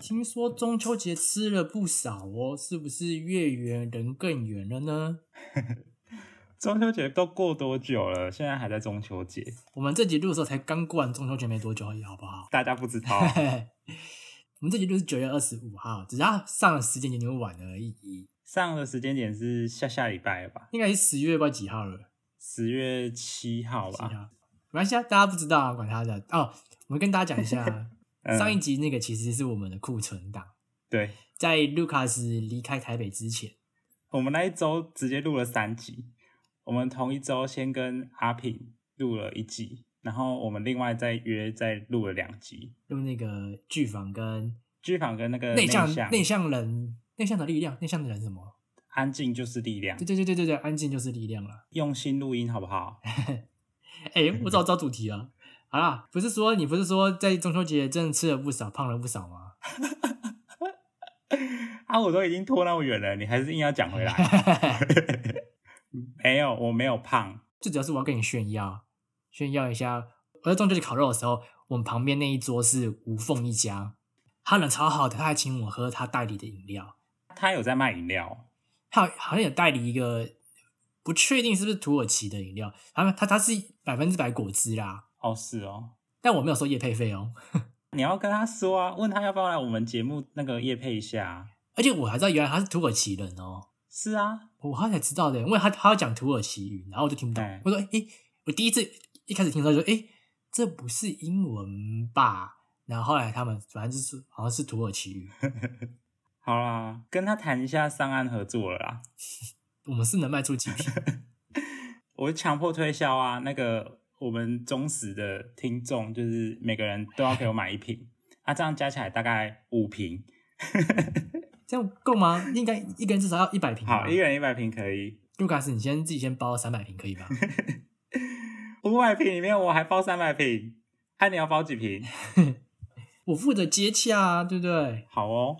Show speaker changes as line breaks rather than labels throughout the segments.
听说中秋节吃了不少哦，是不是月圆人更圆了呢？
中秋节都过多久了？现在还在中秋节，
我们这集录的时候才刚过完中秋节没多久而已，好不好？
大家不知道
我们这集录是九月二十五号，只是它上的时间有点晚而已，
上的时间点是下下礼拜了吧？
应该是十月不知道几号了。
十月七号
是
吧？
啊，没关系啊，大家不知道啊，管他的哦。我们跟大家讲一 下，
嗯
上一集那个其实是我们的库存档，
对，
在卢卡斯离开台北之前，
我们那一周直接录了三集，我们同一周先跟阿品录了一集，然后我们另外再约再录了两集。
用那个剧房跟
剧坊跟那个
呃内向
向
内向人内向的力量，内向的人是什么？
安静就是力量
对，对对对对对，安静就是力量了。
用心录音好不好？
哎、我找找主题了。好啦，不是说你不是说在中秋节真的吃了不少，胖了不少吗？
啊，我都已经拖那么远了，你还是硬要 讲回来？ 没有，我没有胖，
最主要是我要跟你炫耀，炫耀一下，我在中秋节烤肉的时候，我们旁边那一桌是无缝一家，他人超好的，他还请我喝他代理的饮料，
他有在卖饮料，
他好好像有代理一个不确定是不是土耳其的饮料，他们他他是百分之百果汁啦，
哦，是哦，
但我没有收夜配费哦，
你要跟他说啊，问他要不要来我们节目那个夜配一下啊。
而且我还知道原来他是土耳其人哦，
是啊，
我后来才知道的，因为他他要讲土耳其语，然后我就听不懂
哎。
我说，诶、我第一次一开始听到就说，诶、这不是英文吧？然后后来他们反正就是好像是土耳其语，
好啦，跟他谈一下上岸合作了啦。
我们是能卖出几瓶？
我强迫推销啊，那个我们忠实的听众就是每个人都要给我买一瓶，啊，这样加起来大概五瓶，
这样够吗？应该一个人至少要一百瓶吧
好，一。个人一百瓶可以。
卢卡斯，你先自己先包三百瓶可以吧？
五百瓶里面我还包三百瓶，啊，你要包几瓶？
我负责接洽啊，对不对？
好哦，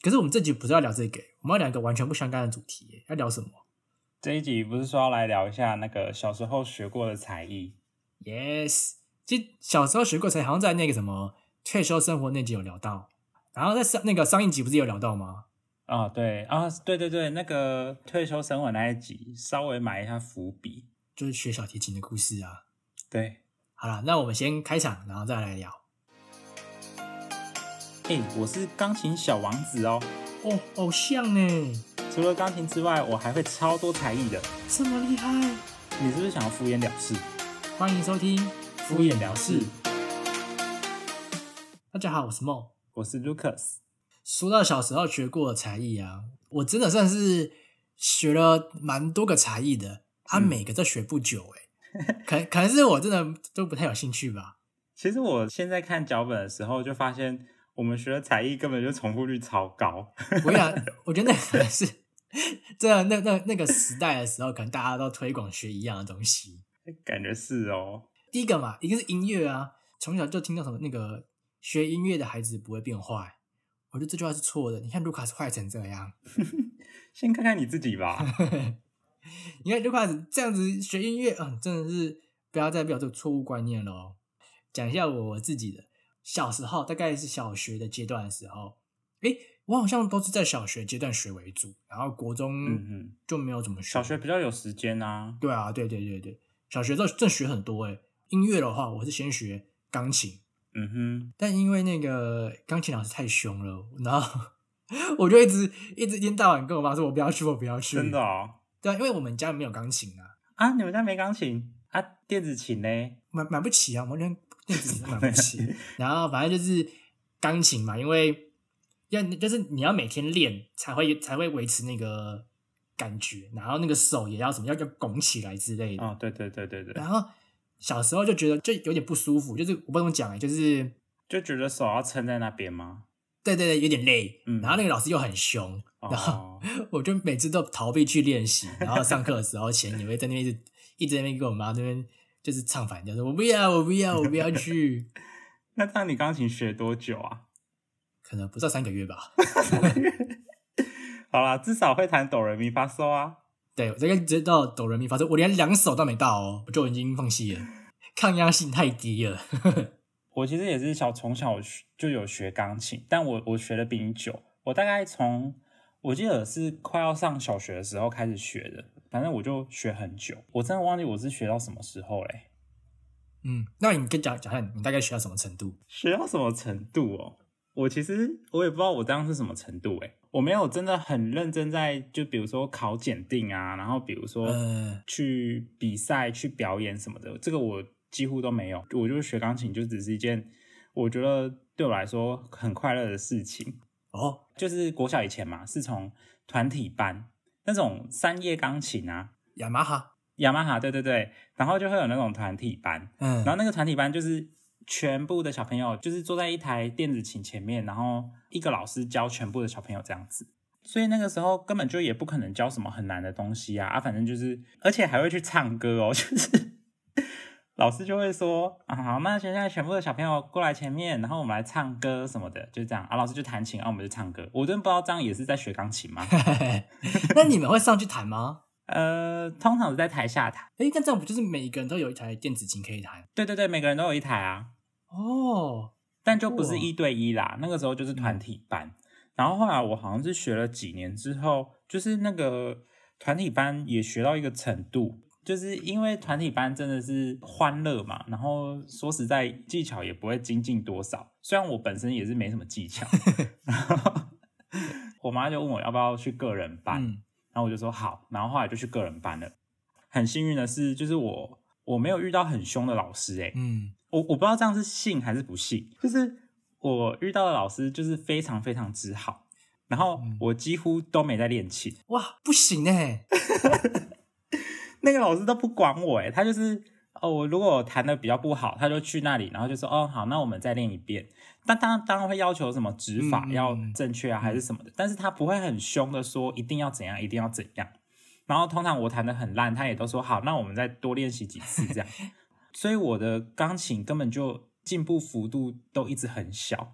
可是我们这集不是要聊这个，我们要聊一个完全不相干的主题耶，要聊什么？
这一集不是说要来聊一下那个小时候学过的才艺？
Yes，其实小时候学过才好像在那个什么退休生活那集有聊到，然后在上那个上一集不是有聊到吗？
哦，对啊、对对对，那个退休生活那一集稍微埋一下伏笔。
就是学小提琴的故事啊。
对，
好了，那我们先开场，然后再来聊。
诶，哎我是钢琴小王子哦。
哦，偶像呢？
除了钢琴之外，我还会超多才艺的。
这么厉害！
你是不是想要敷衍了事？
欢迎收听
敷衍了事。
大家好，我是梦。
我是 Lucas，
说到小时候学过的才艺啊，我真的算是学了蛮多个才艺的，啊，
嗯
每个都学不久哎、欸，可可能是我真的都不太有兴趣吧。
其实我现在看脚本的时候，就发现我们学的才艺根本就重复率超高。
我想，我觉得那可能是真的，那那那个时代的时候，可能大家都推广学一样的东西。
感觉是哦，
第一个嘛，一个是音乐啊，从小就听到什么那个学音乐的孩子不会变坏，我觉得这句话是错的。你看卢卡斯坏成这样，
先看看你自己 吧。
你看卢卡斯这样子学音乐，嗯，真的是不要再表这个错误观念了哦。讲一下我自己的，小时候大概是小学的阶段的时候，诶，我好像都是在小学阶段学为主，然后国
嗯
中
嗯，
就没有怎么学。
小学比较有时间啊。
对啊，对对对对，小学都正学很多诶、音乐的话，我是先学钢琴，
嗯哼，
但因为那个钢琴老师太凶了，然后我就一直一直一天到晚跟我妈说，我不要去，我不要去。
真的哦。
对啊，因为我们家没有钢琴啊，
啊，你们家没钢琴啊？电子琴嘞？
买买不起啊，我们连电子琴都买不起。 然后反正就是钢琴嘛，因为要就是你要每天练才会才会维持那个感觉，然后那个手也要什么要要拱起来之类的。
哦，对对对对对，
然后小时候就觉得就有点不舒服，就是我不懂讲欸，就是
就觉得手要撑在那边 吗？
对对对，有点累。
嗯
然后那个老师又很凶，然后
哦，
我就每次都逃避去练习，然后上课的时候前也会在那边一直一直在那边跟我妈那边就是唱反调，说我不要，我不要，我不要去。
那这样你钢琴学多久啊？
可能不到三个月吧。
好啦，至少会弹哆来咪发嗦啊。
对，我大概直到哆来咪发嗦，我连两首都没到哦，我就已经放弃了，抗压性太低了。
我其实也是小从小学就有学钢琴，但我我学的比你久，我大概从我记得是快要上小学的时候开始学的，反正我就学很久，我真的忘记我是学到什么时候嘞，
嗯，那你跟讲讲一下，你大概学到什么程度？
学到什么程度哦？我其实我也不知道我当时什么程度诶，我没有真的很认真在就比如说考检定啊，然后比如说
呃，
去比赛、去表演什么的，这个我几乎都没有。我就是学钢琴，就只是一件我觉得对我来说很快乐的事情。
哦，
就是国小以前嘛，是从团体班那种三叶钢琴啊，
雅马哈，
雅马哈，对对对，然后就会有那种团体班，
嗯，
然后那个团体班就是全部的小朋友就是坐在一台电子琴前面，然后一个老师教全部的小朋友这样子。所以那个时候根本就也不可能教什么很难的东西啊啊，反正就是，而且还会去唱歌哦，就是老师就会说啊，好，那现在全部的小朋友过来前面，然后我们来唱歌什么的，就这样啊，老师就弹琴，啊，我们就唱歌。我真不知道这样也是在学钢琴吗？
那你们会上去弹吗？
呃，通常是在台下弹，
哎，那这样不就是每个人都有一台电子琴可以弹？
对对对，每个人都有一台啊，
哦，嗯
但就不是
哇
一对一啦，那个时候就是团体班。然后后来我好像是学了几年之后，就是那个团体班也学到一个程度，就是因为团体班真的是欢乐嘛，然后说实在技巧也不会精进多少，虽然我本身也是没什么 技巧，然后我妈就问我要不要去个人班，
嗯，
然后我就说好，然后后来就去个人班了。很幸运的是，就是我我没有遇到很凶的老师、欸，
嗯，
我我不知道这样是信还是不信，就是我遇到的老师就是非常非常之好，然后
嗯
我几乎都没在练琴，
哇，不行哎，
那个老师都不管我欸诶、他就是哦，我如果我弹的比较不好，他就去那里，然后就说哦好，那我们再练一遍。但当当然会要求什么指法
嗯嗯
要
嗯
正确啊，还是什么的，但是他不会很凶的说一定要怎样，一定要怎样。然后通常我弹的很烂，他也都说好，那我们再多练习几次这样。 所以我的钢琴根本就进步幅度都一直很小。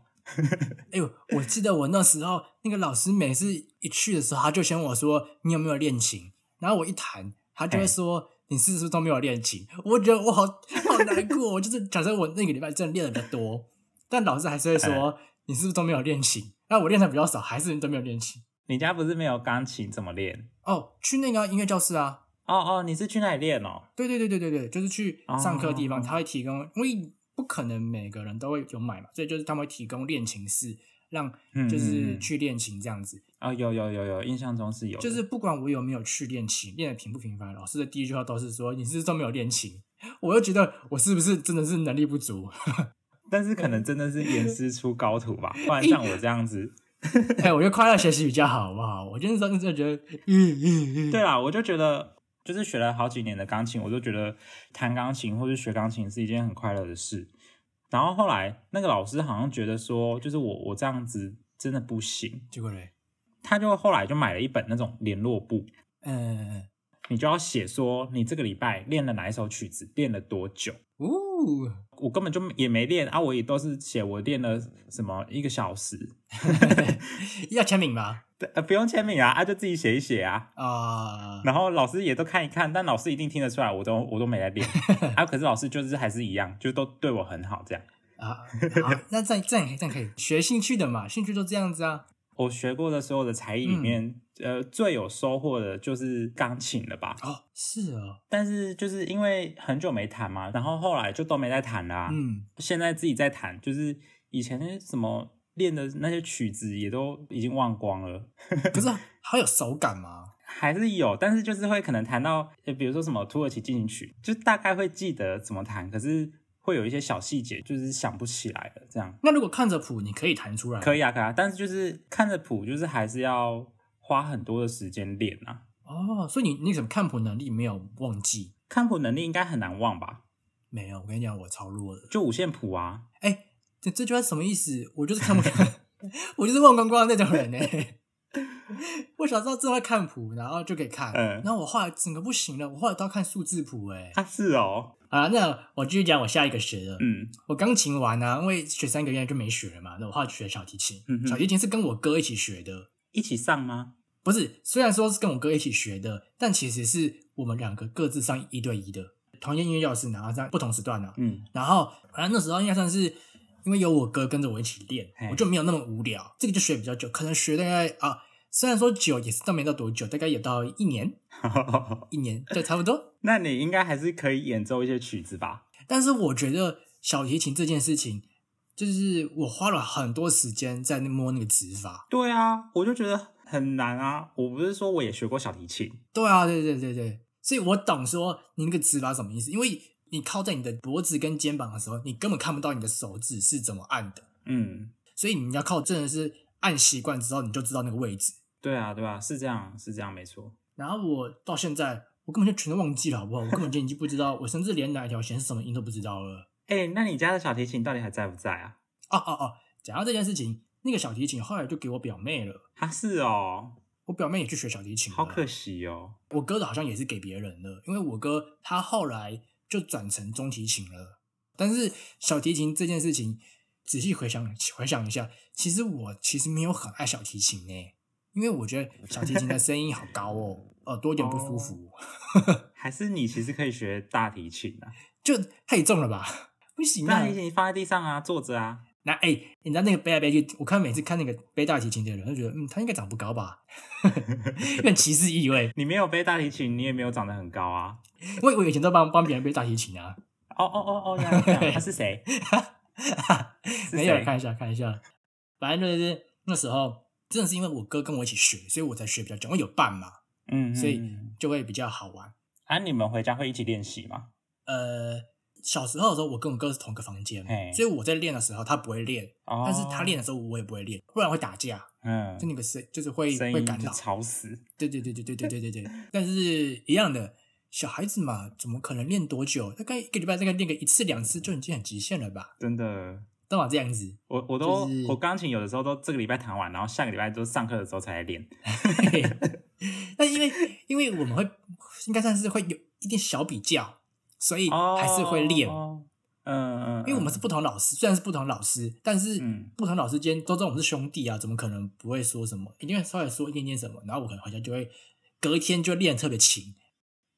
哎呦，我记得我那时候那个老师每次一去的时候，他就先问我说你有没有练琴，然后我一弹，他就会
哎
说。你是不是都没有练琴？我觉得我好好难过。我就是假设我那个礼拜真的练的比较多，但老师还是会说你是不是都没有练琴？那我练的比较少，还是都没有练琴。
你家不是没有钢琴，怎么练？
哦，去那个啊音乐教室啊，
哦哦，你是去那里练哦？
对对对对对对，就是去上课的地方，
哦
他会提供，因为不可能每个人都会有买嘛，所以就是他们会提供练琴室，让
嗯
就是
嗯嗯
去练琴这样子。
哦，有有有有，印象中是有的，
就是不管我有没有去练琴，练的频不频繁，老师的第一句话都是说你是不是都没有练琴， 我就觉得我是不是真的是能力不足？
但是可能真的是严师出高徒吧，不然像我这样子。
哎，我就快乐学习比较好，好不好？我就是真的觉得，嗯嗯嗯，
对啦，啊我就觉得就是学了好几年的钢琴，我就觉得弹钢琴或是学钢琴是一件很快乐的事。然后后来那个老师好像觉得说，就是我我这样子真的不行，
结果嘞，
他就后来就买了一本那种联络簿，
嗯，
你就要写说你这个礼拜练了哪一首曲子，练了多久。
呜、 哦，
我根本就也没练啊，我也都是写我练了什么一个小时，
要签名吧？
对呃，不用签名啊，啊就自己写一写啊。
啊、
然后老师也都看一看，但老师一定听得出来，我都我都没在 练啊。可是老师就是还是一样，就都对我很好这样。
啊，好，那这样这样这样可以学兴趣的嘛？兴趣就这样子啊。
我学过的所有的才
嗯
艺里面，呃，最有收获的就是钢琴了吧？
哦，是哦，
但是就是因为很久没弹嘛，然后后来就都没在弹啦、
嗯，
现在自己在弹，就是以前那些什么练的那些曲子也都已经忘光了。
可是好有手感嘛。
还是有，但是就是会可能弹到，呃比如说什么土耳其进行曲，就大概会记得怎么弹，可是会有一些小细节就是想不起来了。这样
那如果看着谱，你可以弹出来，
可
以
以啊，可以啊，但是就是看着谱，就是还是要花很多的时间练啊。
哦。所以你你怎么看谱能力没有忘记？
看谱能力应该很难忘吧？
没有，我跟你讲，我超弱的。
就五线谱啊，
哎，这这句话是什么意思？我就是看不看， 我就是忘光光的那种人呢、 我小时候真的会看谱，然后就可以看，
嗯
然后我后来整个不行了，我后来都要看数字谱哎、
啊是哦，
啊，那我继续讲我下一个学的，
嗯
我钢琴完啊，因为学三个月就没学了嘛，那我后来就学小提琴。
嗯哼
小提琴是跟我哥一起学的，
一起上吗？
不是，虽然说是跟我哥一起学的，但其实是我们两个各自上一对一的，同一间音乐教室，然后在不同时段啊。
嗯
然后，反正那时候应该算是因为有我哥跟着我一起练
嘿，
我就没有那么无聊。这个就学比较久，可能学大概啊，虽然说久也是到没到多久，大概也到一年，一年对，差不多。
那你应该还是可以演奏一些曲子吧？
但是我觉得小提琴这件事情，就是我花了很多时间在那摸那个指法。
对啊，我就觉得很难啊。我不是说我也学过小提琴，
对啊，对对对对，所以我懂说你那个指法什么意思，因为你靠在你的脖子跟肩膀的时候，你根本看不到你的手指是怎么按的，
嗯，
所以你要靠真的是按习惯之后，你就知道那个位置。
对啊，对啊，是这样，是这样，没错。
然后我到现在，我根本就全都忘记了，好不好？我根本就已经不知道，我甚至连哪一条弦是什么音都不知道了。
哎、那你家的小提琴到底还在不在啊？
哦哦哦，讲到这件事情，那个小提琴后来就给我表妹了，
啊，是哦，
我表妹也去学小提琴了。
好可惜哦。
我哥的好像也是给别人了，因为我哥他后来就转成中提琴了。但是小提琴这件事情，仔细回想回想一下，其实我其实没有很爱小提琴呢、因为我觉得小提琴的声音好高哦，耳朵有点不舒服，
还是你其实可以学大提琴啊，
就太重了吧，不行啊
大提！琴放在地上啊，坐着啊。
那哎、你知道那个背来背去，我看每次看那个背大提琴的人，就觉得嗯，他应该长不高吧，有点歧视意味。
你没有背大提琴，你也没有长得很高啊。
因为我以前都帮帮别人背大提琴啊，
哦哦哦哦，原来是这样他是谁？是
没有
谁
看一下看一下，反正就是那时候真的是因为我哥跟我一起学，所以我才学比较久，因为有伴嘛，
嗯，嗯
所以
嗯
就会比较好玩。
啊，你们回家会一起练习吗？
呃，小时候的时候，我跟我哥是同个房间
嘿，
所以我在练的时候他不会练，
哦，
但是他练，的时候我也不会练，不然会打架，
嗯
就，那个声就是会
声
会
音
干
就
扰。
吵死。
对对对对对对对对对。但是一样的，小孩子嘛，怎么可能练多久？大概一个礼拜大概练个一次两次就已经很极限了吧？
真的，
干嘛这样子？
我我都、
就是
我钢琴有的时候都这个礼拜弹完，然后下个礼拜都上课的时候才来练。
嘿 那因为因为我们会应该算是会有一点小比较，所以
哦，
还是会练。
嗯嗯嗯，
因为我们是不同老师，虽然是不同老师，但是
嗯
不同老师间都知道我们是兄弟啊，怎么可能不会说什么？一定会稍微说一点点什么，然后我可能好像就会隔一天就练得特别勤。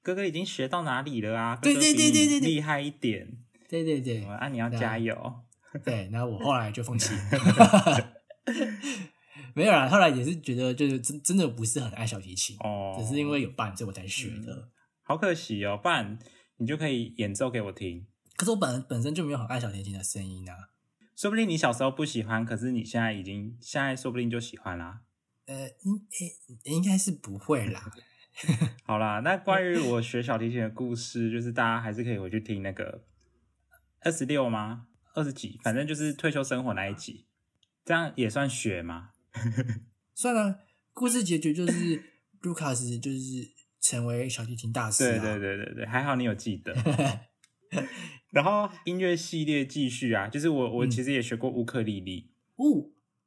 哥哥已经学到哪里了啊？
对
哥哥比
对对对
你
对对
厉害一点。
对对对
啊，你要
对啊
加油。
对，然后我后来就 放弃。没有啦，后来也是觉得就是真真的不是很爱小提琴，
哦，嗯
只是因为有伴，所以我才学的。
好可惜哦，不然你就可以演奏给我听。
可是我本本身就没有很爱小提琴的声音啊。
说不定你小时候不喜欢，可是你现在已经现在说不定就喜欢啦。
呃，应应应该是不会啦。
好啦，那关于我学小提琴的故事，就是大家还是可以回去听那个二十六吗？二十几，反正就是退休生活那一集，这样也算学吗？
算了，故事结局就是卢卡斯就是成为小提琴大师、
对
啊。
对对对对，还好你有记得。
对，
然后音乐系列继续啊，就是我我
嗯
其实也学过乌克丽丽，
哦，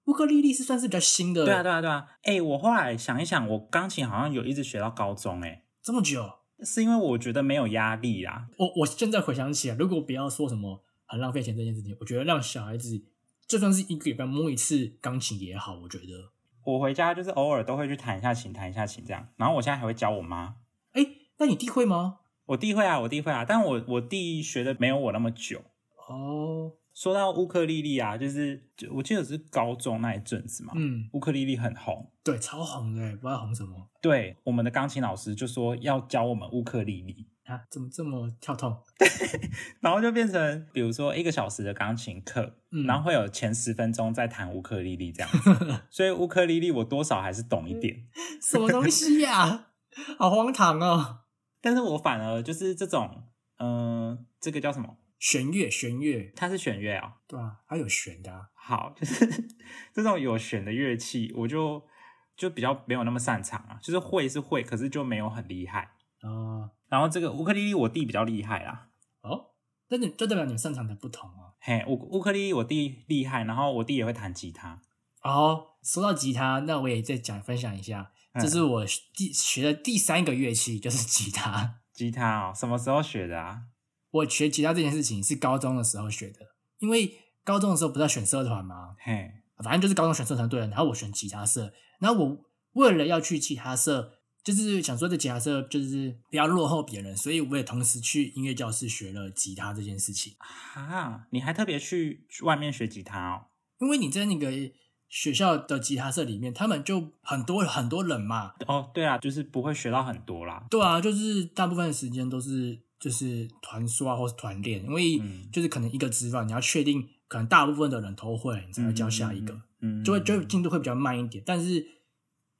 乌克丽丽是算是比较新的，
对啊对啊对啊，哎、我后来想一想，我钢琴好像有一直学到高中、欸，
这么久，
是因为我觉得没有压力啦。
我我现在回想起来，如果不要说什么很浪费钱这件事情，我觉得让小孩子就算是一个礼拜摸一次钢琴也好，我觉得，
我回家就是偶尔都会去弹一下琴，弹一下琴这样。然后我现在还会教我妈，
哎，那你弟会吗？
我弟会啊，我弟会啊，但我我弟学的没有我那么久。
哦，
说到乌克丽丽啊，就是就我记得是高中那一阵子嘛，
嗯，
乌克丽丽很红。
对，超红的，欸不知道红什么
对，我们的钢琴老师就说要教我们乌克丽丽，
啊？怎么这么跳痛？
然后就变成比如说一个小时的钢琴课，
嗯
然后会有前十分钟在弹乌克丽丽这样子，所以乌克丽丽我多少还是懂一点。
什么东西呀、 好荒唐哦！
但是我反而就是这种，呃，这个叫什么？
弦乐，弦乐，
它是弦乐啊、
对啊，还有弦的、啊，
好， 就是这种有弦的乐器，我就就比较没有那么擅长啊。就是会是会，可是就没有很厉害。
哦
然后这个乌克丽丽，我弟比较厉害啦。
哦，那你就代表你们擅长的不同哦。
嘿，乌乌克丽丽我弟厉害，然后我弟也会弹吉他。
哦，说到吉他，那我也再讲分享一下，
嗯
这是我第学的第三个乐器，就是吉他。
吉他哦，什么时候学的啊？
我学吉他这件事情是高中的时候学的，因为高中的时候不是要选社团吗？
嘿，
反正就是高中选社团队了，然后我选吉他社，然后我为了要去吉他社，就是想说这吉他社就是不要落后别人，所以我也同时去音乐教室学了吉他这件事情。
啊，你还特别去外面学吉他哦？
因为你在那个学校的吉他社里面，他们就很多很多人嘛，
哦，对啊，就是不会学到很多啦。
对啊，就是大部分的时间都是就是团刷或是团练，因为
嗯
就是可能一个指法你要确定，可能大部分的人都会，你才会教下一个，
嗯，嗯，
就会
嗯
就会进度会比较慢一点。但是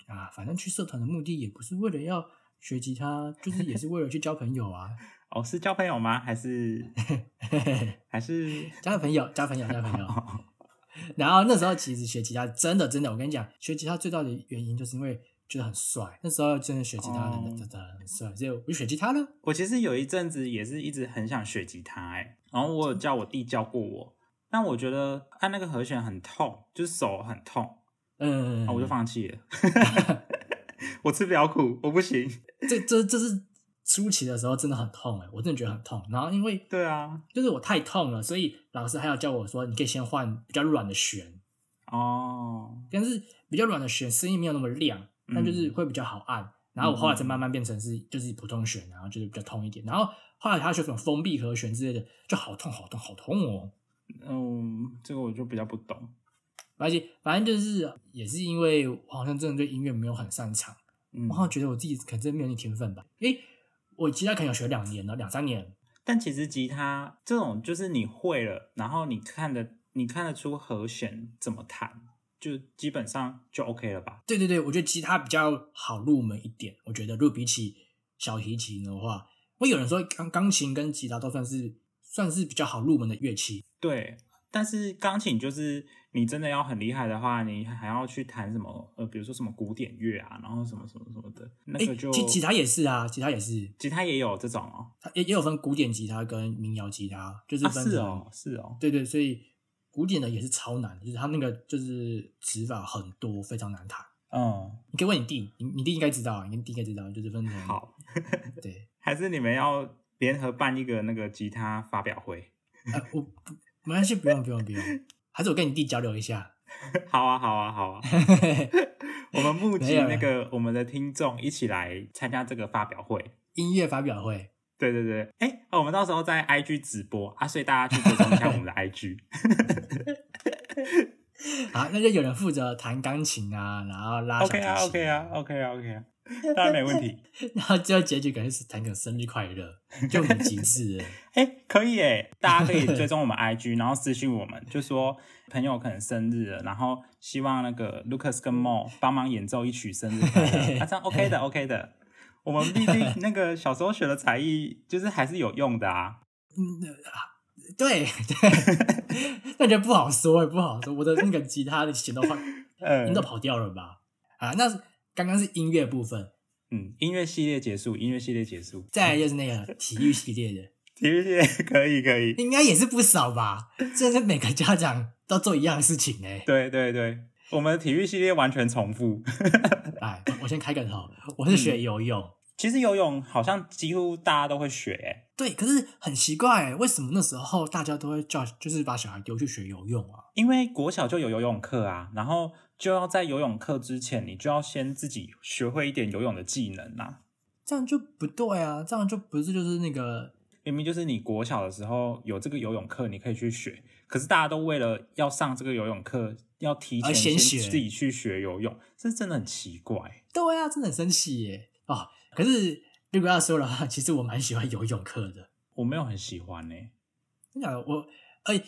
啊，反正去社团的目的也不是为了要学吉他，就是也是为了去交朋友啊，
哦，是交朋友吗？还 是
嘿嘿嘿
还是？
交朋友，交朋友，交朋友。然后那时候其实学吉他真的真的，我跟你讲，学吉他最大的原因就是因为觉得很帅。那时候真的学吉他的
哦
人真的很帅，所以我就学吉他了。
我其实有一阵子也是一直很想学吉他、欸，然后我有叫我弟教过我，但我觉得按那个和弦很痛，就是手很痛，
嗯，
哦然后我就放弃了。 我吃不了苦，我不行。
这这这是初期的时候真的很痛哎、我真的觉得很痛。然后因为
对啊，
就是我太痛了，所以老师还要教我说，你可以先换比较软的弦，
哦，
但是比较软的弦声音没有那么亮，但就是会比较好按。然后我后来才慢慢变成是就是普通弦，然后就是比较痛一点。然后后来他学什么封闭和弦之类的，就好痛好痛好痛哦。
嗯，这个我就比较不懂。
而且反正就是也是因为我好像真的对音乐没有很擅长，
嗯
我，好像觉得我自己可能真的没有那天分吧。诶，我吉他可能有学两年了，两三年，
但其实吉他这种就是你会了，然后你看的你看得出和弦怎么弹，就基本上就 OK 了吧？
对对对，我觉得吉他比较好入门一点。我觉得，如果比起小提琴的话，会有人说钢钢琴跟吉他都算是算是比较好入门的乐器。
对，但是钢琴就是你真的要很厉害的话，你还要去弹什么呃，比如说什么古典乐啊，然后什么什么什么的，那
哎
个，就
其吉他也是啊，吉他也是，
吉他也有这种哦，
它也也有分古典吉他跟民谣吉他，就是
啊
分、
是哦。是哦，
对对，所以古典的也是超难的，就是它那个就是指法很多，非常难弹。
嗯，
你可以问你弟，你你弟应该知道啊，你弟应该知道，就是分成
好，
对，
还是你们要联合办一个那个吉他发表会？
呃，我不没关系，不用不用不用，还是我跟你弟交流一下。
好啊，好啊，好啊。我们募集那个我们的听众一起来参加这个发表会。
音乐发表会，
对对对，哎、哦我们到时候在 IG 直播啊，所以大家去追踪一下我们的 IG。
好，那就有人负责弹钢琴啊，然后拉小提
OK
琴
啊，OK 啊，OK 啊，OK 啊，当然没问题。
然后最后结局可能是弹个生日快乐，就很极致了。
哎、可以哎，大家可以 追踪我们 IG，然后私信我们，就说朋友可能生日了，然后希望那个 Lucas 跟 Mo 帮忙演奏一曲生日快 乐，啊，这样 OK 的，OK 的。我们毕竟那个小时候学的才艺，就是还是有用的 啊。
嗯，啊对对， 那就不好说，欸也不好说。我的那个吉他的弦都换，
呃
音都跑掉了吧？啊，那刚刚是音乐部分，
嗯，音乐系列结束，音乐系列结束，
再来就是那个体育系列的，
体育系列可以可以，
应该也是不少吧？这是每个家长都做一样的事情哎、
对对对，我们的体育系列完全重复。
哎，我先开个头，我是学游泳。
其实游泳好像几乎大家都会学、欸，
对，可是很奇怪欸，为什么那时候大家都会叫，就是把小孩丢去学游泳啊？
因为国小就有游泳课啊，然后就要在游泳课之前，你就要先自己学会一点游泳的技能啊。
这样就不对啊，这样就不是就是那个
明明就是你国小的时候有这个游泳课，你可以去学，可是大家都为了要上这个游泳课，要提前
而先学
自己去学游泳，这真的很奇怪。欸
对啊，真的很生气耶哦。可是如果要说的话， 其实我蛮喜欢游泳课的。
我没有很喜欢呢、欸
真的，我哎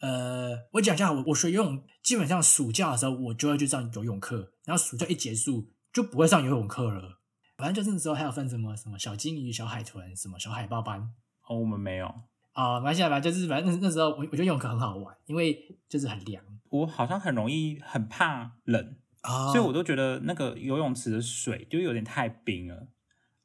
呃，我讲一下，我我学游泳基本上暑假的时候我就会去上游泳课，然后暑假一结束就不会上游泳课了。反正就那时候还有分什么什么小金鱼、小海豚、什么小海豹班，
哦，我们没有，
啊，蛮下吧，就是反正那那时候我我觉得游泳课很好玩，因为就是很凉
我好像很容易很怕冷，
啊
所以我都觉得那个游泳池的水就有点太冰了。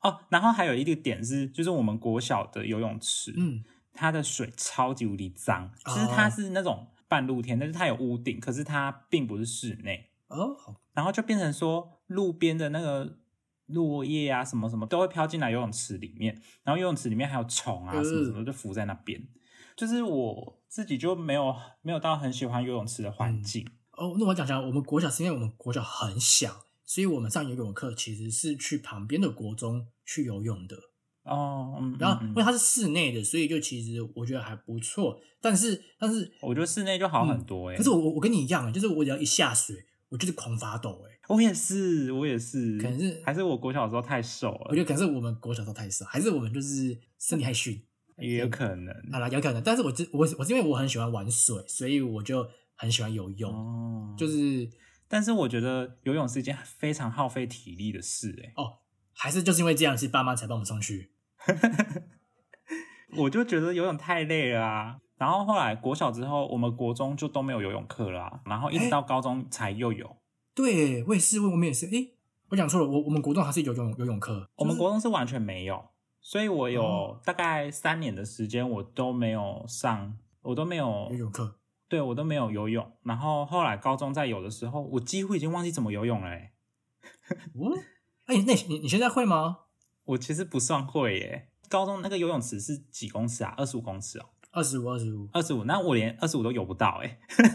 哦，然后还有一个点是，就是我们国小的游泳池，
嗯，
它的水超级无敌脏，就是它
哦
是那种半露天，但是它有屋顶，可是它并不是室内，
哦，
然后就变成说路边的那个落叶啊什么什么都会飘进来游泳池里面，然后游泳池里面还有虫啊
呃
什么什么就浮在那边，就是我自己就没有
嗯
没有到很喜欢游泳池的环境，
哦，那我讲讲我们国小，是因为我们国小很小，所以我们上游泳课其实是去旁边的国中去游泳的。
哦，嗯，
然后
嗯
因
嗯
为它是室内的，所以就其实我觉得还不错。但是但是
我觉得室内就好很多哎、
嗯
欸
可是我我我跟你一样，就是我只要一下水，我就是狂发抖哎、
我也是，我也是，
可能是
还是我国小的时候太瘦
我
了，
觉得可能是我们国小时候太少，还是我们就是身体太虚。
也有可能。
好啦，有可能。但是我只我我是因为我很喜欢玩水，所以我就很喜欢游泳。
哦，
就，是
但是我觉得游泳是一件非常耗费体力的事哎、
还是就是因为这样，其实爸妈才把我们送去。
我就觉得游泳太累了啊。然后后来国小之后，我们国中就都没有游泳课了、啊，然后一直到高中才又
哎
有。
对，我也是，我们也是。诶，我讲错了，我我们国中还是游泳游泳课，
我们
就是
国中是完全没有，所以我有
哦
大概三年的时间，我都没有上，我都没有
游泳课。
对我都没有游泳。然后后来高中再有的时候，我几乎已经忘记怎么游泳了、欸。
哦，哎、那你你现在会吗？
我其实不算会耶。高中那个游泳池是几公尺啊？二十五公尺哦，
二十五，二十五。
二十五。那我连二十五都游不到哎。
嘿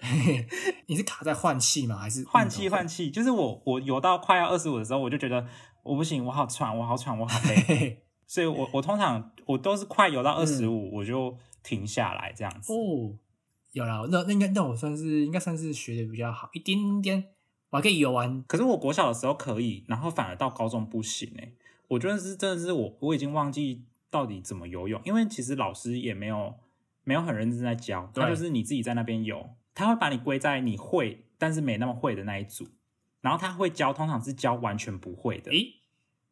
嘿你是卡在换气吗？还是
换气换
气？
气，就是我我游到快要二十五的时候，我就觉得我不行，我好喘，我好喘，我好累。
嘿嘿
所以我我通常我都是快游到二十五，我就停下来这样子。
哦，有啦，那那应该那我算是应该算是学的比较好一点点，我还可以游完。
可是我国小的时候可以，然后反而到高中不行哎、我觉得是真的是我我已经忘记到底怎么游泳，因为其实老师也没有没有很认真在教，
对
他就是你自己在那边游，他会把你归在你会但是没那么会的那一组，然后他会教，通常是教完全不会的。
诶，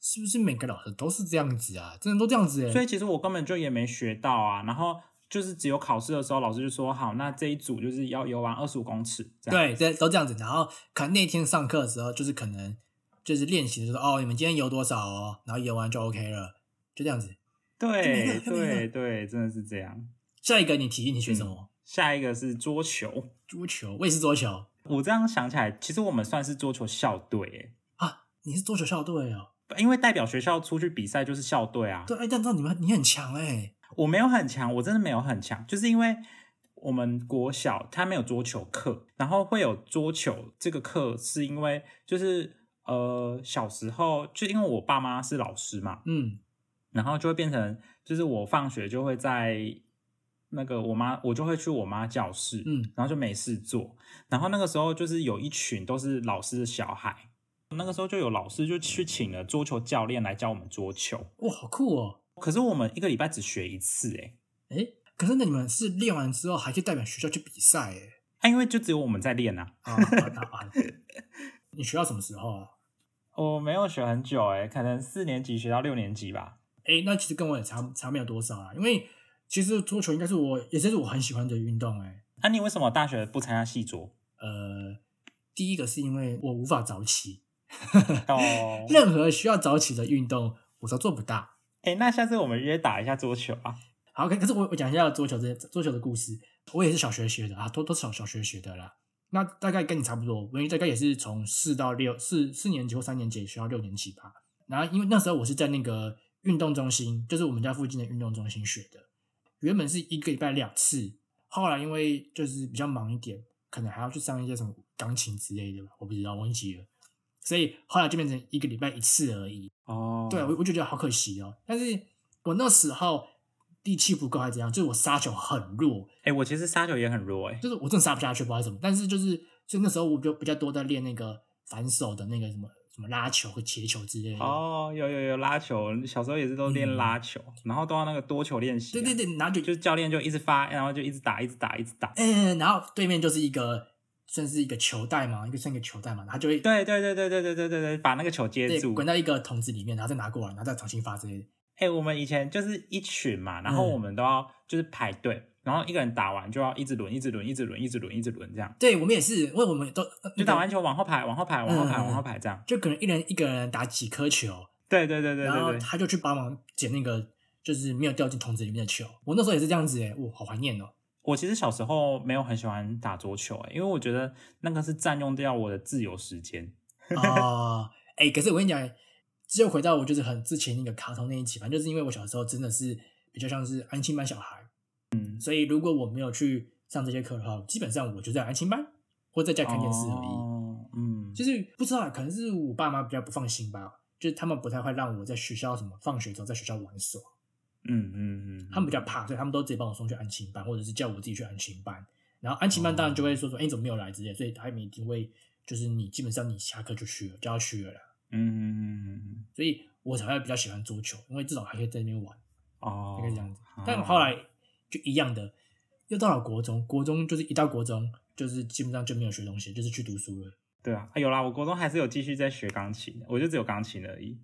是不是每个老师都是这样子啊？真的都这样子哎、
所以其实我根本就也没学到啊，然后就是只有考试的时候，老师就说好，那这一组就是要游完二十五公尺，这样
对，这都这样子。然后可能那天上课的时候，就是可能就是练习，就是哦，你们今天游多少哦，然后游完就 OK 了，就这样子。
对
就没了就没了
对对，真的是这样。
下一个你提议你学什么？
下一个是桌球，
桌球，我也是桌球
我这样想起来，其实我们算是桌球校队
啊，你是桌球校队哦。
欸，因为代表学校出去比赛就是校队啊。
对，哎，但但你们你很强哎、
我没有很强，我真的没有很强，就是因为我们国小他没有桌球课，然后会有桌球这个课，是因为就是呃小时候就因为我爸妈是老师嘛，
嗯，
然后就会变成就是我放学就会在那个我妈，我就会去我妈教室，
嗯，
然后就没事做，然后那个时候就是有一群都是老师的小孩，那个时候就有老师就去请了桌球教练来教我们桌球，
哇，好酷哦。
可是我们一个礼拜只学一次、欸，诶
诶，可是那你们是练完之后还可以代表学校去比赛诶。
啊，因为就只有我们在练啊，
啊，好的好的你学到什么时候啊？
我没有学很久、欸，诶可能四年级学到六年级吧，
诶，哎那其实跟我也差差没有多少啊，因为其实桌球应该是我也是我很喜欢的运动诶。
那、啊你为什么大学不参加系桌？
呃，第一个是因为我无法早起，，
哦
任何需要早起的运动我都做不到。
哎、那下次我们约打一下桌球啊。
好，可可是我我讲一下桌球这桌球的故事。我也是小学学的啊，都都是小小学学的啦。那大概跟你差不多，我大概也是从四到六四四年级或三年级学到六年级吧。然后因为那时候我是在那个运动中心，就是我们家附近的运动中心学的。原本是一个礼拜两次，后来因为就是比较忙一点，可能还要去上一些什么钢琴之类的吧，我不知道忘记了。所以后来就变成一个礼拜一次而已。
哦
对，我我就觉得好可惜哦。但是我那时候力气不够还是怎样，就是我杀球很弱，
哎、我其实杀球也很弱哎、
就是我真的杀不下去，不知道为什么。但是就是就那时候我就比较多在练那个反手的那个什么什么拉球和切球之类的。，
哦，有有有拉球，小时候也是都练拉球，然后都要那个多球练习、
对
啊
对，对，然后就
就是教练就一直发，然后就一直打，一直打，一直打。
嗯，然后对面就是一个算是一个球袋嘛，一个算一个球袋嘛，然后他就会
对对对对对对对对对，把那个球接
对
住。
滚到一个桶子里面，然后再拿过来，然后再重新发之类的。
哎、我们以前就是一群嘛，然后
嗯
我们都要就是排队，然后一个人打完就要一直轮，一直轮，一直轮，一直轮，一直轮这样。
对我们也是，因为我们都
就打完球往后排，往后排，往后排，
嗯嗯嗯嗯
往后排这样。
就可能一人一个人打几颗球，
对对对对
然
对
后
对。
他就去帮忙捡那个就是没有掉进桶子里面的球。我那时候也是这样子哎、我好怀念 哦。
我其实小时候没有很喜欢打桌球、欸，因为我觉得那个是占用掉我的自由时间。
哦，哎、可是我跟你讲，就回到我就是很之前那个卡通那一集，反正就是因为我小时候真的是比较像是安亲班小孩，
嗯，
所以如果我没有去上这些课的话，基本上我就在安亲班或在家看电视而已。
哦、嗯，
就是不知道，啊可能是我爸妈比较不放心吧，就是他们不太会让我在学校什么放学之后在学校玩耍，
嗯嗯嗯，
他们比较怕，所以他们都直接帮我送去安亲班，或者是叫我自己去安亲班。然后安亲
哦
班当然就会说说，哎、你怎么没有来之类的，所以他们一定会就是你基本上你下课就去了，就要去了啦。
嗯嗯嗯，
所以我才会比较喜欢桌球，因为至少还可以在那边玩，
哦，
大概这样子。但后来就一样的，又到了国中，国中就是一到国中就是基本上就没有学东西，就是去读书了。
对啊，啊有啦，我国中还是有继续在学钢琴的，我就只有钢琴而已。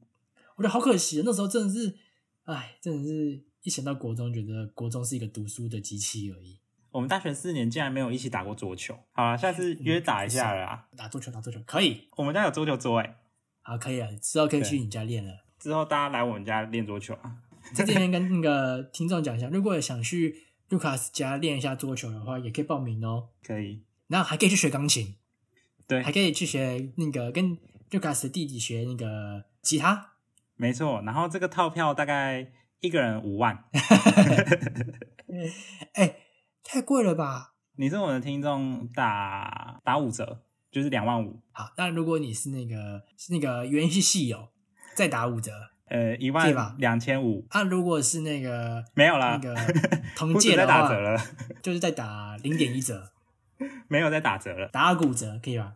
我觉得好可惜，啊那时候真的是，哎，真的是一想到国中，觉得国中是一个读书的机器而已。
我们大学四年竟然没有一起打过桌球，好啦，下次约打一下啦。
打桌球，打桌球可以，
我们家有桌球桌哎、
好，可以啊，之后可以去你家练了。
之后大家来我们家练桌球啊。
在这边跟那个听众讲一下，如果想去 Lucas 家练一下桌球的话，也可以报名哦。
可以，
然后还可以去学钢琴，
对
还，可以去学那个跟 Lucas 的弟弟学那个吉他。
没错。然后这个套票大概一个人五万。
哎，太贵了吧？
你是我们的听众，打打五折，就是两万五，
好，那如果你是那个是那个原系系友，再打五折。
呃，一
对吧
万两千五，
啊，如果是那个
没有啦
那个同
不止
届
在
的
打
话，
折了，
就是在打零点一折，
没有在打折了。
打骨折可以吧？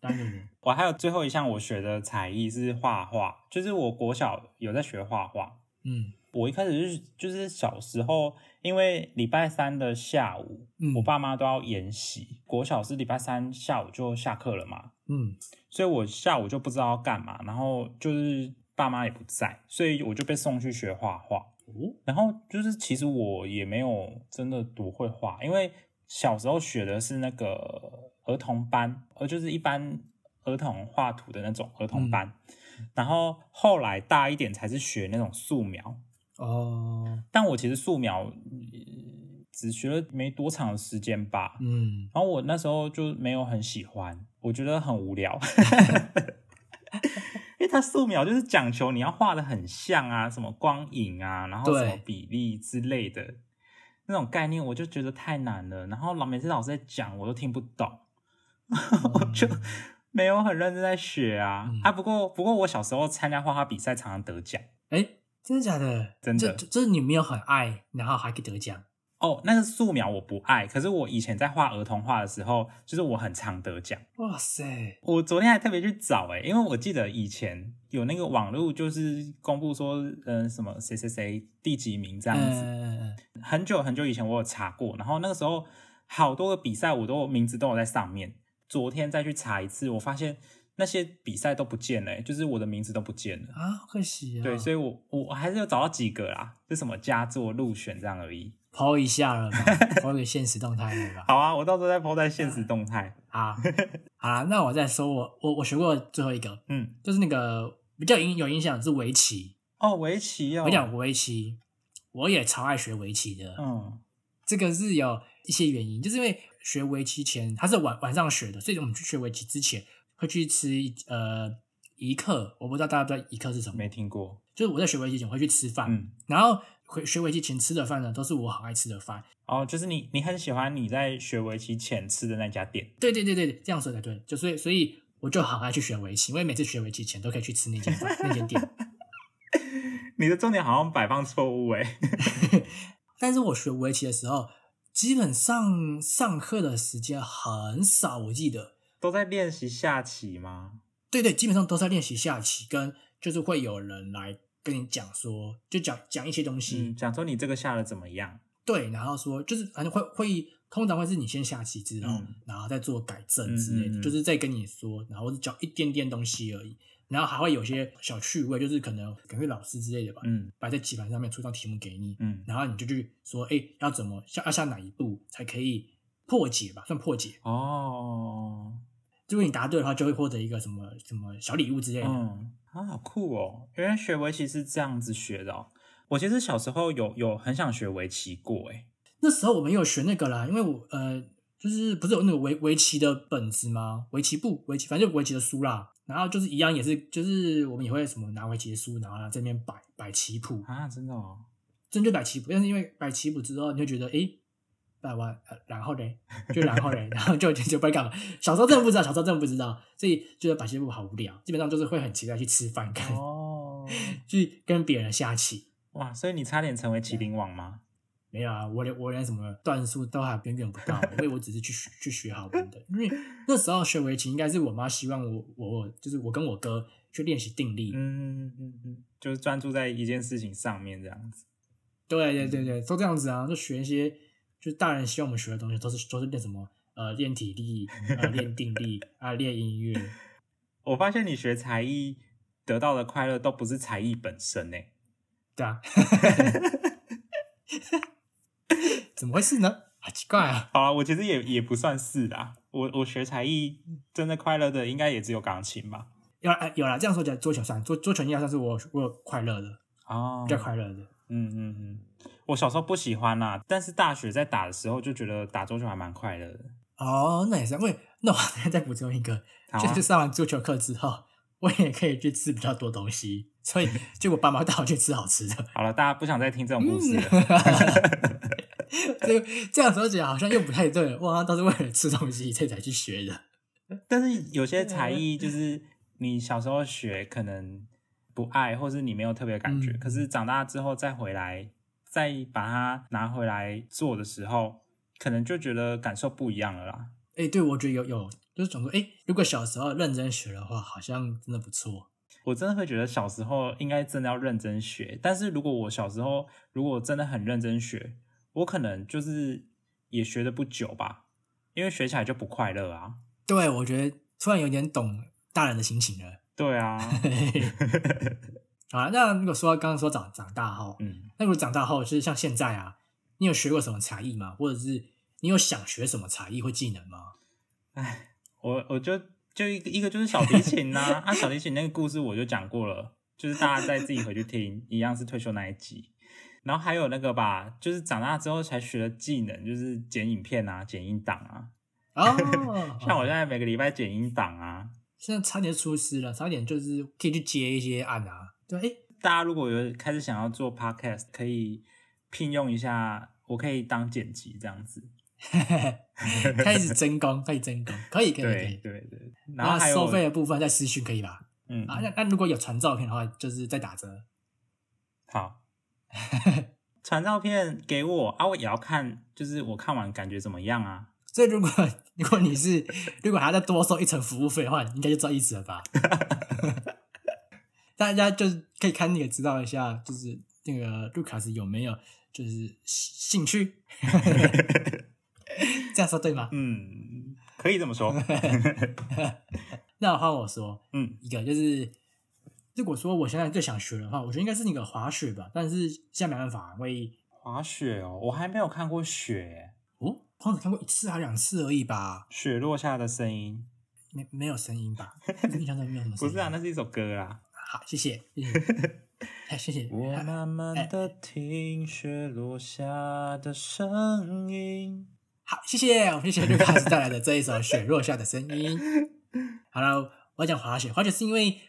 打骨折，
我还有最后一项我学的才艺是画画，就是我国小有在学画画，
嗯
我一开始就是就是小时候，因为礼拜三的下午，
嗯
我爸妈都要研习。国小是礼拜三下午就下课了嘛，
嗯，
所以我下午就不知道要干嘛，然后就是爸妈也不在，所以我就被送去学画画。
哦，
然后就是其实我也没有真的多会画，因为小时候学的是那个儿童班，呃，就是一般儿童画图的那种儿童班。然后后来大一点才是学那种素描，
哦，
但我其实素描呃只学了没多长的时间吧，
嗯，
然后我那时候就没有很喜欢，我觉得很 无聊，因为它素描就是讲求你要画的很像啊，什么光影啊，然后
对
什么比例之类的那种概念，我就觉得太难了。然后老每次老师在讲，我都听不懂， 我就没有很认真在学啊、
嗯
啊。不过不过我小时候参加画画比赛，常常得奖。
哎，真的假的？
真的
这这你没有很爱，然后还可以得奖，
哦，那个素描我不爱，可是我以前在画儿童画的时候，就是我很常得奖。
哇塞，
我昨天还特别去找哎、因为我记得以前有那个网络就是公布说，嗯、什么谁谁谁第几名这样子。
嗯，
很久很久以前我有查过，然后那个时候好多个比赛我都名字都有在上面。昨天再去查一次，我发现那些比赛都不见了、欸就是我的名字都不见了。
啊，好可惜啊，
对，所
以
以我我我还是有找到几个啦，就什么佳作入选这样而已。
抛一下了吧， 抛个现实动态了吧，
好啊，我到时候再 PO 在现实动态。
啊，好啦，那我再说我我我学过最后一个，
嗯，
就是那个比较有影有影响是围棋，
哦，围棋哦，
我讲围棋，我也超爱学围棋的。
嗯
这个是有一些原因，就是因为学围棋前，他是晚晚上学的，所以我们去学围棋之前会去吃呃一课，我不知道大家不知道一课是什么
没，听过。
就是我在学围棋前会去吃饭，
嗯。
然后回学围棋前吃的饭呢，都是我很爱吃的饭。
哦，就是你，你很喜欢你在学围棋前吃的那家店。
对对对对，这样说才对。就所以所以我就很爱去学围棋，因为每次学围棋前都可以去吃那间饭那间店。
你的重点好像摆放错误哎。
但是我学围棋的时候，基本上上课的时间很少，我记得。
都在练习下棋吗？
对对，基本上都在练习下棋，跟就是会有人来跟你讲说，就讲讲一些东西，
嗯，讲说你这个下的怎么样？
对，然后说就是反正会会通常会是你先下棋之后，
嗯
然后再做改正之类的，
嗯嗯嗯
就是再跟你说，然后讲一点点东西而已，然后还会有些小趣味，就是可能可能会老师之类的吧，
嗯
摆在棋盘上面出一张题目给你，
嗯，
然后你就去说，哎，要怎么下要下哪一步才可以破解吧，算破解。
哦，
如果你答对的话，就会获得一个什么什么小礼物之类的。
嗯，啊，好酷哦！原来学围棋是这样子学的、哦。我其实小时候有有很想学围棋过哎。
那时候我们有学那个啦，因为我呃，就是不是有那个围围棋的本子吗？围棋簿、围棋，反正就围棋的书啦。然后就是一样，也是就是我们也会什么拿围棋的书，然后啊在那边摆摆棋谱，
啊，真的哦。
真就摆棋谱。但是因为摆棋谱之后，你会觉得诶，那完、呃然后嘞，就然后嘞， 然后就就就不会干嘛。小时候真的不知道，小时候真的不知道，所以觉得百蟹部好无聊，基本上就是会很期待去吃饭 看，
哦，
去跟别人下棋。
哇，所以你差点成为麒麟王吗？
没有啊，我连我连什么段数都还远远不到，因为我只是去学去学好玩的。因为那时候学围棋，应该是我妈希望我我就是我跟我哥去练习定力。
嗯嗯嗯，就是专注在一件事情上面这样子。
对对对对，都这样子啊，就学一些就是大人希望我们学的东西，都是都是练什么呃练体力，呃练定力啊练音乐。
我发现你学才艺得到的快乐都不是才艺本身欸诶，
对啊， 怎么回事呢？好奇怪啊！
好啊，我其实也也不算是啦，我我学才艺真的快乐的应该也只有钢琴吧。
有啊有啦，这样说起来，桌球算桌桌球应该算是我我有快乐的，
哦
比较快乐的。
嗯嗯嗯，我小时候不喜欢啦、但是大学在打的时候就觉得打桌球还蛮快乐的。
哦，那也是，因为那我还再补充一个，
好啊
就是上完足球课之后，我也可以去吃比较多东西， 所以就我爸妈带我去吃好吃的。
好了，大家不想再听这种故事了。
嗯 这个这样说起来好像又不太对，我好像都是为了吃东西所以才去学的。
但是有些才艺就是你小时候学可能不爱，或是你没有特别感觉，
嗯
可是长大之后再回来，再把它拿回来做的时候，可能就觉得感受不一样了啦。
哎，对，我觉得有有，就是想说，哎，如果小时候认真学的话，好像真的不错。
我真的会觉得小时候应该真的要认真学，但是如果我小时候如果真的很认真学，我可能就是也学的不久吧，因为学起来就不快乐啊。
对，我觉得突然有点懂大人的心情了。
对啊，
好了，那如果说刚刚说长长大后，
嗯，
那如果长大后，就是像现在啊，你有学过什么才艺吗？或者是你有想学什么才艺或技能吗？
我我就就一个一个就是小提琴呐、啊，小提琴那个故事我就讲过了，就是大家再自己回去听，一样是退休那一集。然后还有那个吧，就是长大之后才学的技能，就是剪影片啊、剪音档啊。，
哦
像我现在每个礼拜剪音档啊，
现在差点出师了，差点就是可以去接一些案啊。对， 哎，
大家如果有开始想要做 podcast，可以聘用一下，我可以当剪辑这样子。
开始真功，开始真功，可以，可以，可
对
以。
对对，然
那
后还有
收费的部分在私讯可以吧？
嗯，
啊，那那如果有传照片的话，就是再打折。
好，传照片给我啊，我也要看，就是我看完感觉怎么样啊？
所以如果 如果你是如果还要再多收一层服务费的话，你应该就知道意思了吧？ 大家就是可以看那个知道一下，就是那个卢卡斯有没有就是兴兴趣， 这样说对吗？
嗯，可以这 么说。
那换我说
嗯，
一个，就是如果说我现在最想学的话，我觉得应该是那个滑雪吧，但是现在没办法，因为
滑雪哦，我还没有看过雪，
哦，好像只看过一次还两次而已吧，
雪落下的声音
没没有声音吧？印象中没有什么声
不
音。
是啊，那是一首歌啦。
好，谢谢，谢谢， 哎谢谢。
我慢慢的听雪落下的声音。
好，谢谢，我们谢谢 Lucas 带来的这一首《雪落下的声音》。好了，我要讲滑雪，滑雪是因为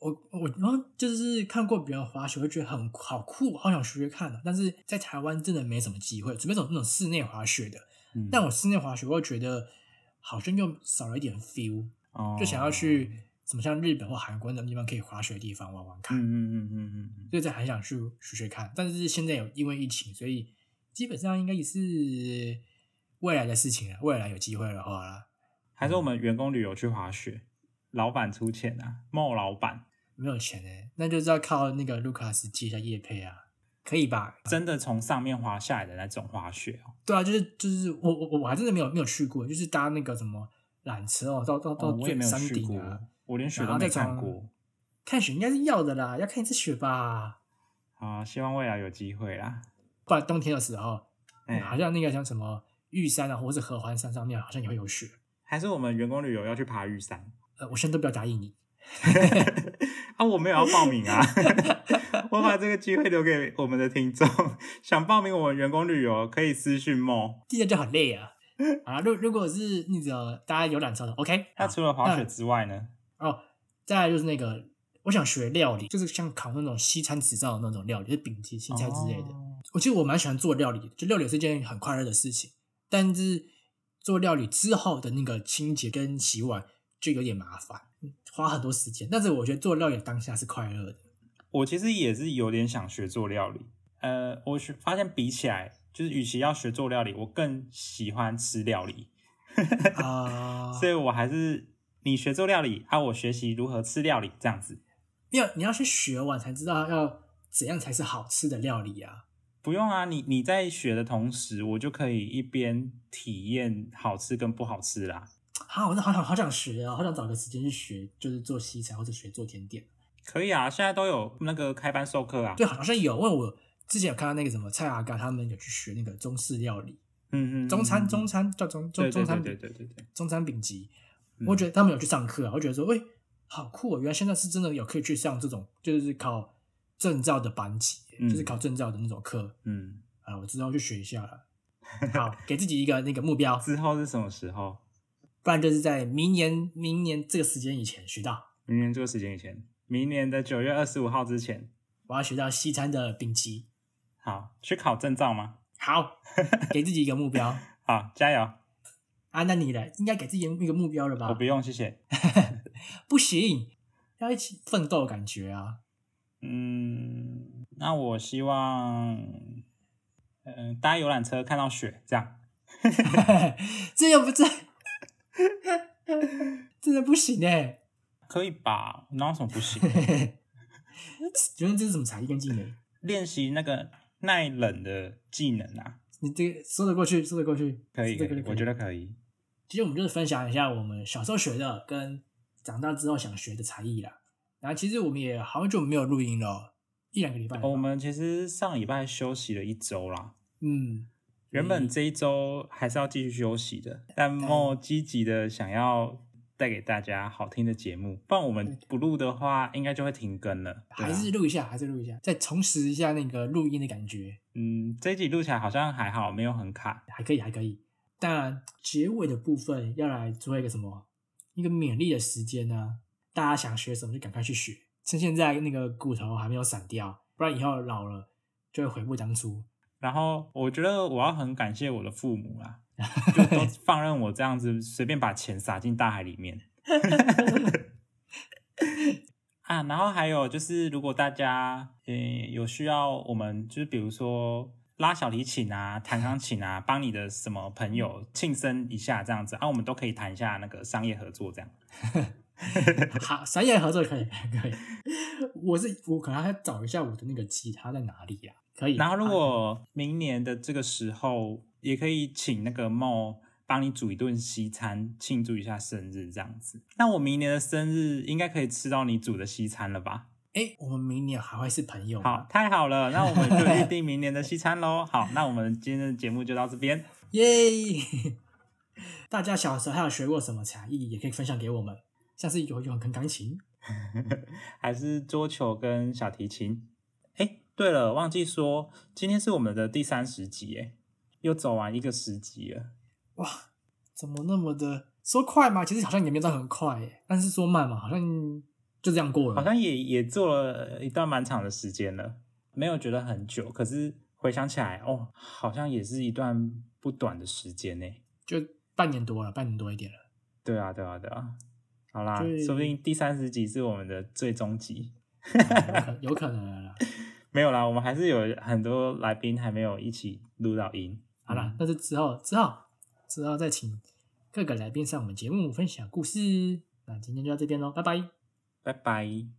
我我然后就是看过别人滑雪，会觉得很好酷，好想学学看啊的、但是在台湾真的没什么机会，除非那种那种室内滑雪的。
嗯
但我室内滑雪，我会觉得好像又少了一点 feel，
哦
就想要去什么像日本或韩国那种地方可以滑雪的地方玩玩看。
嗯嗯嗯嗯嗯，
所以这很想去学学看。但是现在有因为疫情，所以基本上应该也是未来的事情了。未来有机会的话啦，
还是我们员工旅游去滑雪，老板出钱啊，冒老板
没有钱呢、那就是要靠那个卢卡斯接一下叶配啊，可以吧？
真的从上面滑下来的那种滑雪哦。
对啊，就是就是我我我我还真的没有没有去过，就是搭那个什么缆车哦，到到
哦
到
我也
最
没有
山
去
顶
过
啊，，
我连雪
然
都
后
没
再从
看过
看雪应该是要的啦，要看一次雪吧，
啊。希望未来有机会啦。
不然冬天的时候，
哎、
好像那个像什么玉山啊，或者是合欢山上面好像也会有雪。
还是我们员工旅游要去爬玉山
呃，我现在都不要答应你，
啊？我没有要报名啊， 我把这个机会留给我们的听众，想报名我们员工旅游可以私讯梦。
记得就很累 啊。啊，如如果是那个大家有缆车的，OK
那
啊。
除了滑雪之外呢？
哦，再来就是那个，我想学料理，就是像烤那种西餐执照的那种料理，就是饼皮、青菜之类的。
哦
我其实我蛮喜欢做料理的，就料理是一件很快乐的事情。但是做料理之后的那个清洁跟洗碗就有点麻烦，花很多时间。但是我觉得做料理当下是快乐 的。
我其实也是有点想学做料理，呃，我是发现比起来，就是与其要学做料理，我更喜欢吃料理，
啊、
所以我还是你学做料理啊，我学习如何吃料理这样子。
没有，你要去学完才知道要怎样才是好吃的料理啊。
不用啊，你你在学的同时，我就可以一边体验好吃跟不好吃啦。
啊，我真的好想好想学啊，好想找个时间去学，就是做西餐或者学做甜点。
可以啊，现在都有那个开班授课啊。
对，好像有，因为我之前有看到那个什么蔡阿嘎他们有去学那个中式料理，
嗯，嗯嗯，
中餐中
嗯
餐叫中中
对
中
对
餐
对对
饼
对对对，
中餐饼级，
嗯
我觉得他们有去上课啊，我觉得说，喂、好酷哦！原来现在是真的有可以去上这种，就是考证照的班级，
嗯
就是考证照的那种课
嗯，
啊。我之后去学一下了。好，给自己一个那个目标，
之后是什么时候？
不然就是在明年明年这个时间以前学到，
明年这个时间以前，明年的九月二十五号之前，
我要学到西餐的饼级。
好，去考证照吗？
好，给自己一个目标
好，加油！
啊！那你呢？应该给自己一个目标了吧？
我不用，谢谢。
不行，要一起奋斗的感觉啊！
嗯，那我希望，嗯、搭游览车看到雪，这样
这又不这， 真的不行哎、
可以吧？哪有什么不行？
请问这是什么才艺跟技能？
练习那个耐冷的技能啊，
你这个说得过去，说得过去，
可以，
说
可
得过
以，
去
我觉。得可以。
其实我们就是分享一下我们小时候学的跟长大之后想学的才艺啦。然后其实我们也好久没有录音了哦，一两个礼拜了吧。
我们其实上礼拜休息了一周啦，
嗯，
原本这一周还是要继续休息的，但莫积极的想要带给大家好听的节目，不然我们不录的话，应该就会停更了。对啊
还是录一下，还是录一下，再重拾一下那个录音的感觉，
嗯，这一集录起来好像还好，没有很卡。
还可以，还可以。当然，结尾的部分要来做一个什么，一个勉励的时间呢、大家想学什么就赶快去学，趁现在那个骨头还没有散掉，不然以后老了就会悔不当初。
然后我觉得我要很感谢我的父母啦，就都放任我这样子随便把钱撒进大海里面。啊，然后还有就是，如果大家呃有需要，我们就是比如说拉小提琴啊、弹钢琴啊，帮你的什么朋友庆生一下这样子啊，我们都可以谈一下那个商业合作这样。
好，商业合作可以， 可以。我是我可能还要找一下我的那个吉他在哪里呀、可以。
然后如
啊
果明年的这个时候，也可以请那个梦帮你煮一顿西餐，庆祝一下生日这样子。那我明年的生日应该可以吃到你煮的西餐了吧？
哎、我们明年还会是朋友吗
好，，太好了，那我们就预定明年的西餐喽。好，那我们今天的节目就到这边。
耶！ 大家小时候还有学过什么才艺，也可以分享给我们，像是游泳跟钢琴。
还是桌球跟小提琴。哎，对了，忘记说，今天是我们的第三十集，哎，又走完一个十集了。
哇，怎么那么的说快嘛？其实好像也没有到很快耶，但是说慢嘛，好像就这样过了。
好像也也做了一段蛮长的时间了，没有觉得很久，可是回想起来，哦，好像也是一段不短的时间呢。
就半年多了，半年多一 点了。
对啊，对啊，对啊。好啦，
对
说不定第三十集是我们的最终集。
有可能了啦。
没有啦，我们还是有很多来宾还没有一起录到音。
好啦，那是之后之后之后再请各个来宾上我们节目分享故事。那今天就到这边喽，拜拜。
拜拜。